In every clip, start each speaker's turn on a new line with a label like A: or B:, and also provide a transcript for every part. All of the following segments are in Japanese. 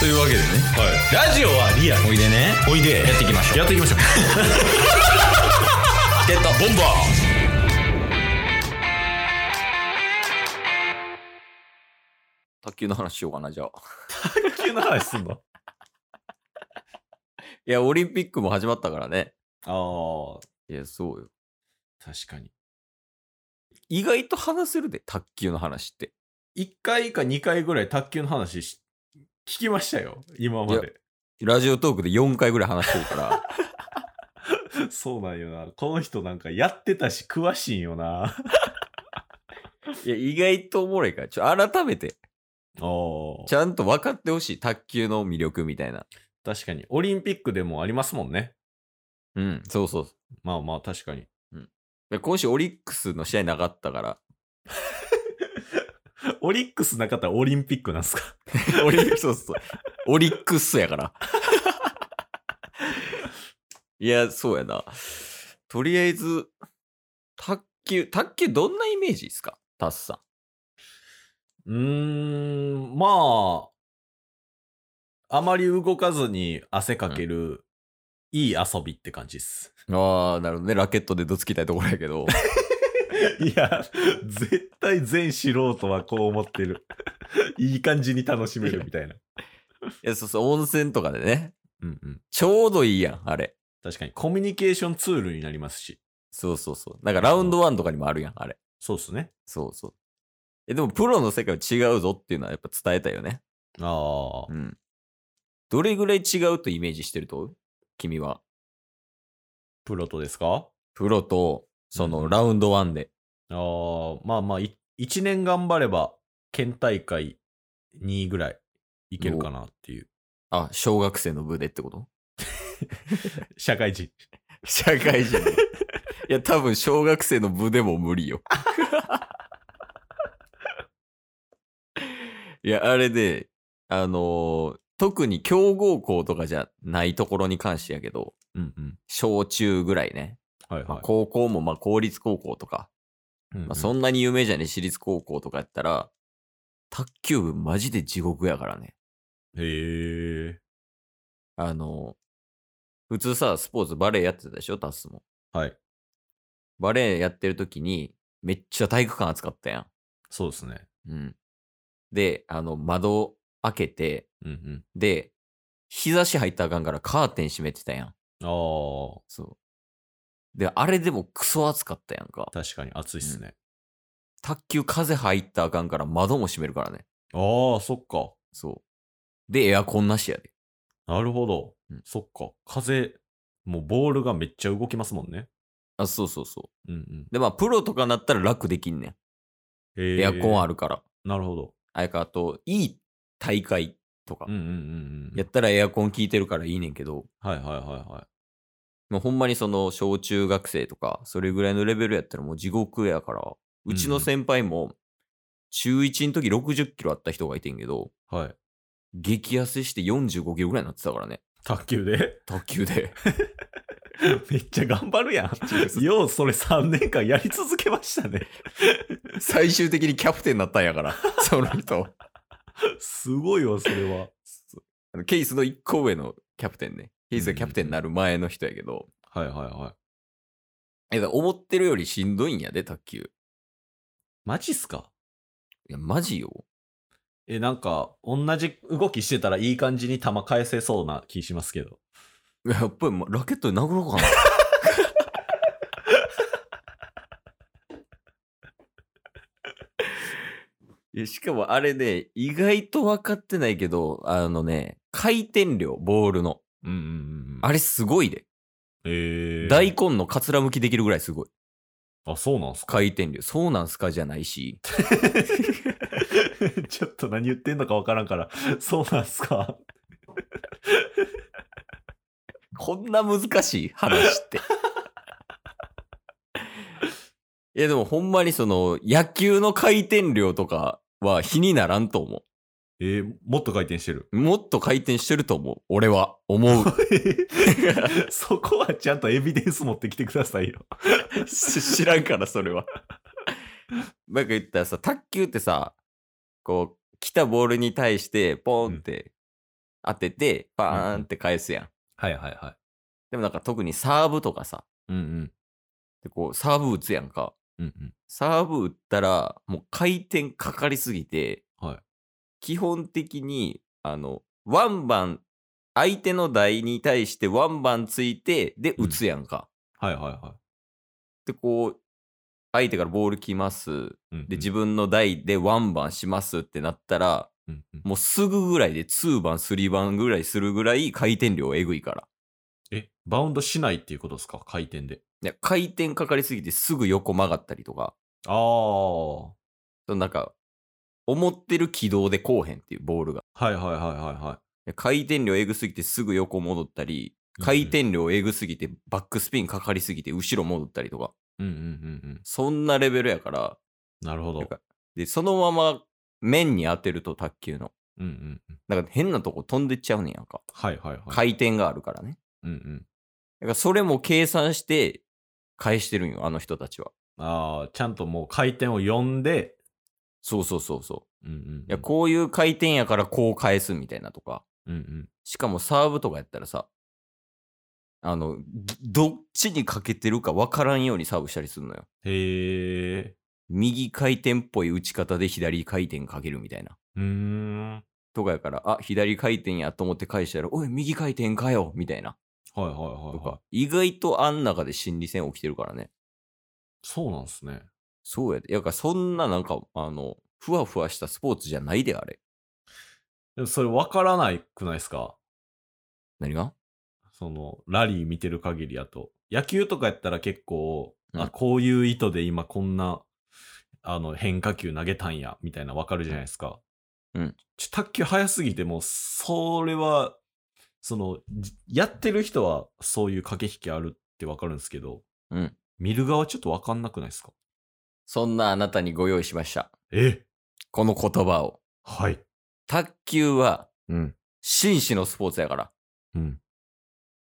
A: というわけでね
B: はい。ラジオはリアル。
A: おいでね
B: おいで。
A: やっていきましょう
B: やって いきましょう。
A: ゲットボンバー卓球の話しようかなじゃあ
B: 卓球の話すんの
A: いやオリンピックも始まったからね
B: あ
A: いやそうよ
B: あ、確かに。
A: 意外と話せるで卓球の話って
B: 1回か2回ぐらい卓球の話し聞きましたよ。今まで。
A: ラジオトークで4回ぐらい話してるから
B: そうなんよな。この人なんかやってたし、詳しいんよ な。
A: いや意外とおもろいからちょ改めて
B: お
A: ちゃんと分かってほしい卓球の魅力みたいな
B: 確かに。オリンピックでもありますもんね。
A: うんそうそうそう
B: まあまあ、確かに。
A: で今週オリックスの試合なかった から
B: オリックスなかったらオリンピックなんすか
A: オリそうそう。オリックスや から。いや、そうやな。とりあえず、卓球、卓球どんなイメージですかタッさ
B: うーん、まあ、あまり動かずに汗かける、いい遊びって感じっす。
A: ん。ああ、なるほどね。ラケットでどつき たいところやけど。
B: いや、絶対全素人はこう思って る。いい感じに楽しめるみたいな。
A: いや、そうそう、温泉とかでね。
B: うんうん。
A: ちょうどいいやん、あれ。
B: 確かに、コミュニケーションツールになりますし。
A: そうそうそう。なんかラウンドワンとかにもあるやん、あれ。
B: そうっすね。
A: そうそう。え、でもプロの世界は違うぞっていうのはやっぱ伝えたいよね。
B: ああ
A: う。ん。どれぐらい違うとイメージしてると君は。
B: プロとですか
A: プロと、そ
B: うん
A: のラウンドワンで。
B: ああ、まあまあ、い一年頑張れば、県大会2位ぐらいいけるかなっていう。
A: あ、小学生の部でってこと
B: 社会人。
A: 社会人 の。いや、多分小学生の部でも無理よ。 いや、あれで、あのー特に強豪校とかじゃないところに関してやけど、
B: うんうん。
A: 小中ぐらいね。
B: はい
A: まあ
B: はい。
A: 高校もまあ公立高校とか、
B: うんうん
A: まあ、そんなに有名じゃねえ私立高校とかやったら、卓球部マジで地獄やからね。
B: へえ。
A: あのー普通さ、スポーツバレエやってたでしょ、タスも。
B: はい。
A: バレエやってる時に、めっちゃ体育館扱ったや
B: そうですね。
A: ん。うん。で、あの、窓開けて、
B: うんうん。
A: で、日差し入ったらあかんからカーテン閉めてたやん。
B: あ
A: そう。で、あれでもクソ暑かったやんか
B: あ、。確かに暑いっすね。
A: 卓球風入ったらあかんから窓も閉めるからね。
B: ああ、そっか。
A: そう。で、エアコンなしやで。
B: なるほど。
A: うん
B: そっか。風、もうボールがめっちゃ動きますもんね。
A: あ、そうそうそ
B: うんうん
A: う。。で、まあ、プロとかなったら楽できんねん。
B: へー
A: エアコンあるから。
B: なるほど。
A: あやか、あと、いい大会とか
B: うん、うんうんうん。
A: やったらエアコン効いてるからいいねんけど、
B: はいはいはいはい。
A: もうほんまにその小中学生とか、それぐらいのレベルやったらもう地獄やから、うちの先輩も、中1の時60キロあった人がいてんけど、
B: はい。
A: 激痩せして45キロぐらいになってたからね、
B: 卓球で
A: 卓球で。
B: めっちゃ頑張るやん。ようそれ3年間やり続けましたね。
A: 最終的にキャプテンになったんやから、その人。
B: すごいわ、それは。
A: あのケイスの1個上のキャプテンね。ケイスがキャプテンになる前の人やけど、
B: はいはいはい。
A: えだから思ってるよりしんどいんやで、卓球。
B: マジっすか
A: いや、マジよ。
B: え、なんか、同じ動きしてたらいい感じに球返せそうな気しますけど。
A: やっぱりもうラケットで殴ろうかな。 いやしかもあれね、意外と分かってないけど、あのね、回転量、ボールの。
B: うんうんうんうん。
A: あれすごいで。
B: えー、
A: 大根のかつらむきできるぐらいすごい。
B: あ、そうなんすか
A: 回転量。そうなんすかじゃないし。
B: ちょっと何言ってんのかわからんから、そうなんすか
A: こんな難しい話 って。いやでもほんまにその野球の回転量とかは比にならんと思う。
B: えー、もっと回転してる。
A: もっと回転してると思う。俺は。思う。
B: そこはちゃんとエビデンス持ってきてくださいよ。
A: 知らんから、それは。なんか言ったらさ、卓球ってさ、こう、来たボールに対して、ポーンって、当てて、バーンって返すやん。
B: はいはいはい。
A: でもなんか特にサーブとかさ、
B: うんうん。
A: でこうサーブ打つやんか。
B: うんうん。
A: サーブ打ったら、もう回転かかりすぎて、
B: はい
A: 基本的に、あの、ワンバン、相手の台に対してワンバンついて、で、
B: うん
A: 打つやんか。
B: はいはいは
A: で、こう、相手からボール来ます。
B: い。うんうん
A: で、自分の台でワンバンしますってなったら、
B: うんうん
A: もうすぐぐらいで2番、3番ぐらいするぐらい回転量えぐいから。
B: え、バウンドしないっていうことですか回転で。
A: いや、回転かかりすぎてすぐ横曲がったりとか、
B: ああ。は
A: そのなんか、思ってる軌道でこうへんっていうボールが。
B: いはいはいはいはい
A: や回転量えぐすぎてすぐ横戻ったり、
B: い。
A: 回転量えぐすぎてバックスピンかかりすぎて後ろ戻ったりとか、
B: うんうんうんうん。
A: そんなレベルやから、
B: なるほど。
A: なんかで、そのまま面に当てると卓球の。
B: うんうんうん。
A: なんか変なとこ飛んでっちゃうねんやんか。
B: はいはいはい。
A: 回転があるからね。
B: うんうん。
A: だからそれも計算して返してるんよ、あの人たちは。
B: ああ、ちゃんともう回転を読んで、
A: そうそうそうそう。
B: うんうんうん。
A: いや、こういう回転やからこう返すみたいなとか。
B: うんうん。
A: しかもサーブとかやったらさ、あの、ぎどっちにかけてるか分からんようにサーブしたりするのよ。
B: へえ。
A: 右回転っぽい打ち方で左回転かけるみたいな。
B: うーん。はい
A: とかやから、あ、左回転やと思って返したら、おい、右回転かよみたいな。
B: はいはい
A: と
B: はい。
A: か、意外とあん中で心理戦起きてるからね。
B: そうなんですね。
A: そうやで。やからそんななんか、あの、ふわふわしたスポーツじゃないで、あれ。
B: でもそれ分からないくないですか
A: 何が
B: その、ラリー見てる限りやと。野球とかやったら結構、
A: うん
B: あ、こういう意図で今こんな、あの、変化球投げたんや、みたいな分かるじゃないですか。
A: うん
B: ちょ。卓球早すぎて、もう、それは、その、じやってる人はそういう駆け引きあるって分かるんですけど、
A: うん。
B: 見る側ちょっと分かんなくないですか
A: そんなあなたにご用意しました。
B: え
A: この言葉を。
B: はい。
A: 卓球は
B: うん。
A: 紳士のスポーツやから。
B: うん。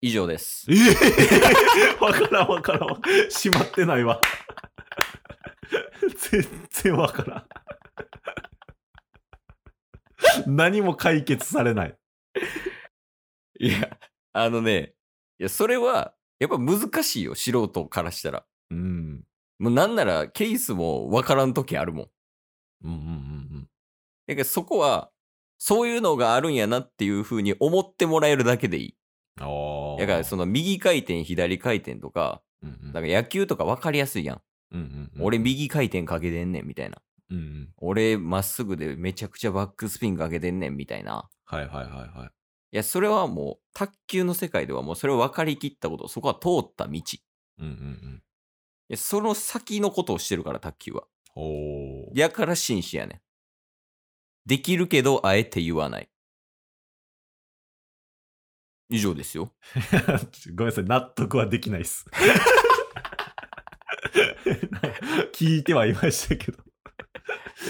A: 以上です。
B: ええ わからんわからんわ。閉まってないわ。 全然わからん。何も解決されない。
A: いや、あのね、いや、それは、やっぱ難しいよ、素人からしたら。
B: うん。
A: もうなんなら、ケースもわからん時あるもん。
B: うんうんうん
A: だからそこは、そういうのがあるんやなっていう風に思ってもらえるだけでい
B: うん。あ
A: い。
B: あ。
A: だから、その右回転、左回転とか、
B: うんうん、
A: なんか野球とか分かりやすいやん。
B: うんうんうん、
A: 俺右回転かけてんねん、みたいな。
B: うんうん。
A: 俺まっすぐでめちゃくちゃバックスピンかけてんねん、みたいな。
B: はいはいはいはい。
A: いや、それはもう、卓球の世界ではもうそれを分かりきったこと、そこは通った道。
B: うんうんうん。
A: いやその先のことをしてるから、卓球は。
B: おー。
A: やから紳士やねん。できるけど、あえて言わない。以上ですよ。
B: ごめんなさい、納得はできないっす。 聞いてはいましたけど。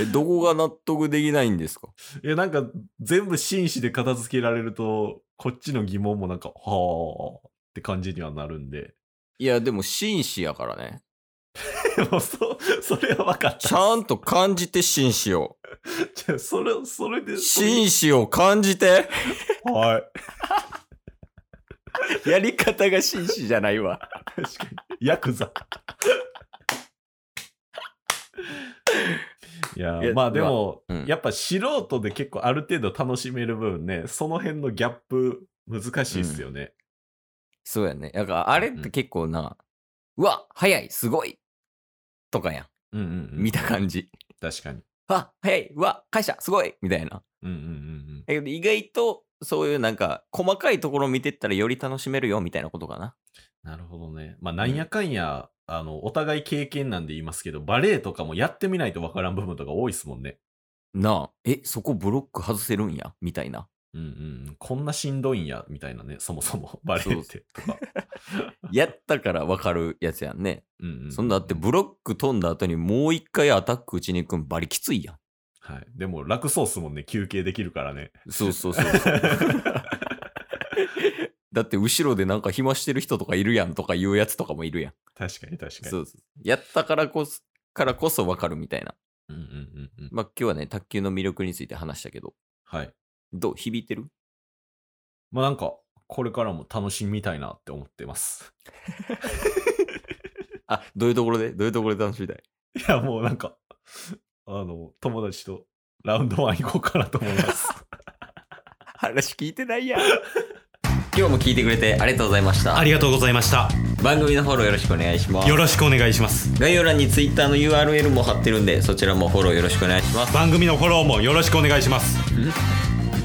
A: え、どこが納得できないんですか
B: いや、なんか、全部紳士で片付けられると、こっちの疑問もなんか、はあって感じにはなるんで。
A: いや、でも紳士やからね。
B: でも、そ、それは分かっ
A: ちゃんと感じて紳士を。
B: ちゃう。それ、それで、
A: 紳士を感じて。
B: はい。
A: やり方が紳士じゃないわ。
B: 確かに。ヤクザ。 いや
A: いや
B: まあでも、
A: まあうん
B: やっぱ素人で結構ある程度楽しめる分ね、その辺のギャップ難しいっすよね。
A: そうやね。だから、あれって結構な、うわ、早い、すごい。とかやん。
B: うんうんうん
A: 見た感じ。
B: 確かに。
A: あ、早い、うわ、会社、すごいみたいな。
B: うんうんうん
A: だけど意外とそういうなんか細かいところ見てったらより楽しめるよみたいなことかな。
B: うん。なるほどね。まあなんやかんや、あの、お互い経験なんで言いますけど、バレエとかもやってみないとわからん部分とか多いっすもんね。
A: なあ、え、そこブロック外せるんやみたいな。
B: うんうんうん。こんなしんどいんや、みたいなね、そもそ もバレエってとか。
A: やったからわかるやつやんね。
B: うんうん。
A: そんなだってブロック飛んだ後にもう一回アタック打ちに行くんバリきついやん。
B: はい。でも楽そうっすもんね、休憩できるからね。
A: そうそうそうそう。 だって後ろでなんか暇してる人とかいるやんとかいうやつとかもいるやん。
B: 確かに確かに。
A: そうそう。やったからこそ、からこそわかるみたいな。
B: うんうんうんうん。
A: まあ今日はね、卓球の魅力について話したけど、
B: はい。
A: どう響いてる
B: まあなんか、これからも楽しみたいなって思ってます。
A: あ、どういうところでどういうところで楽しみたい
B: いや、もうなんか、あの、友達とラウンドワン行こうかなと思います。
A: 話聞いてないやん。 今日も聞いてくれてありがとうございまし た。
C: ありがとうございました。
A: 番組のフォローよろしくお願いします
C: よ。ろしくお願いします。
A: 概要欄に Twitter の URL も貼ってるんで、そちらもフォローよろしくお願いします。
C: 番組のフォローもよろしくお願いします。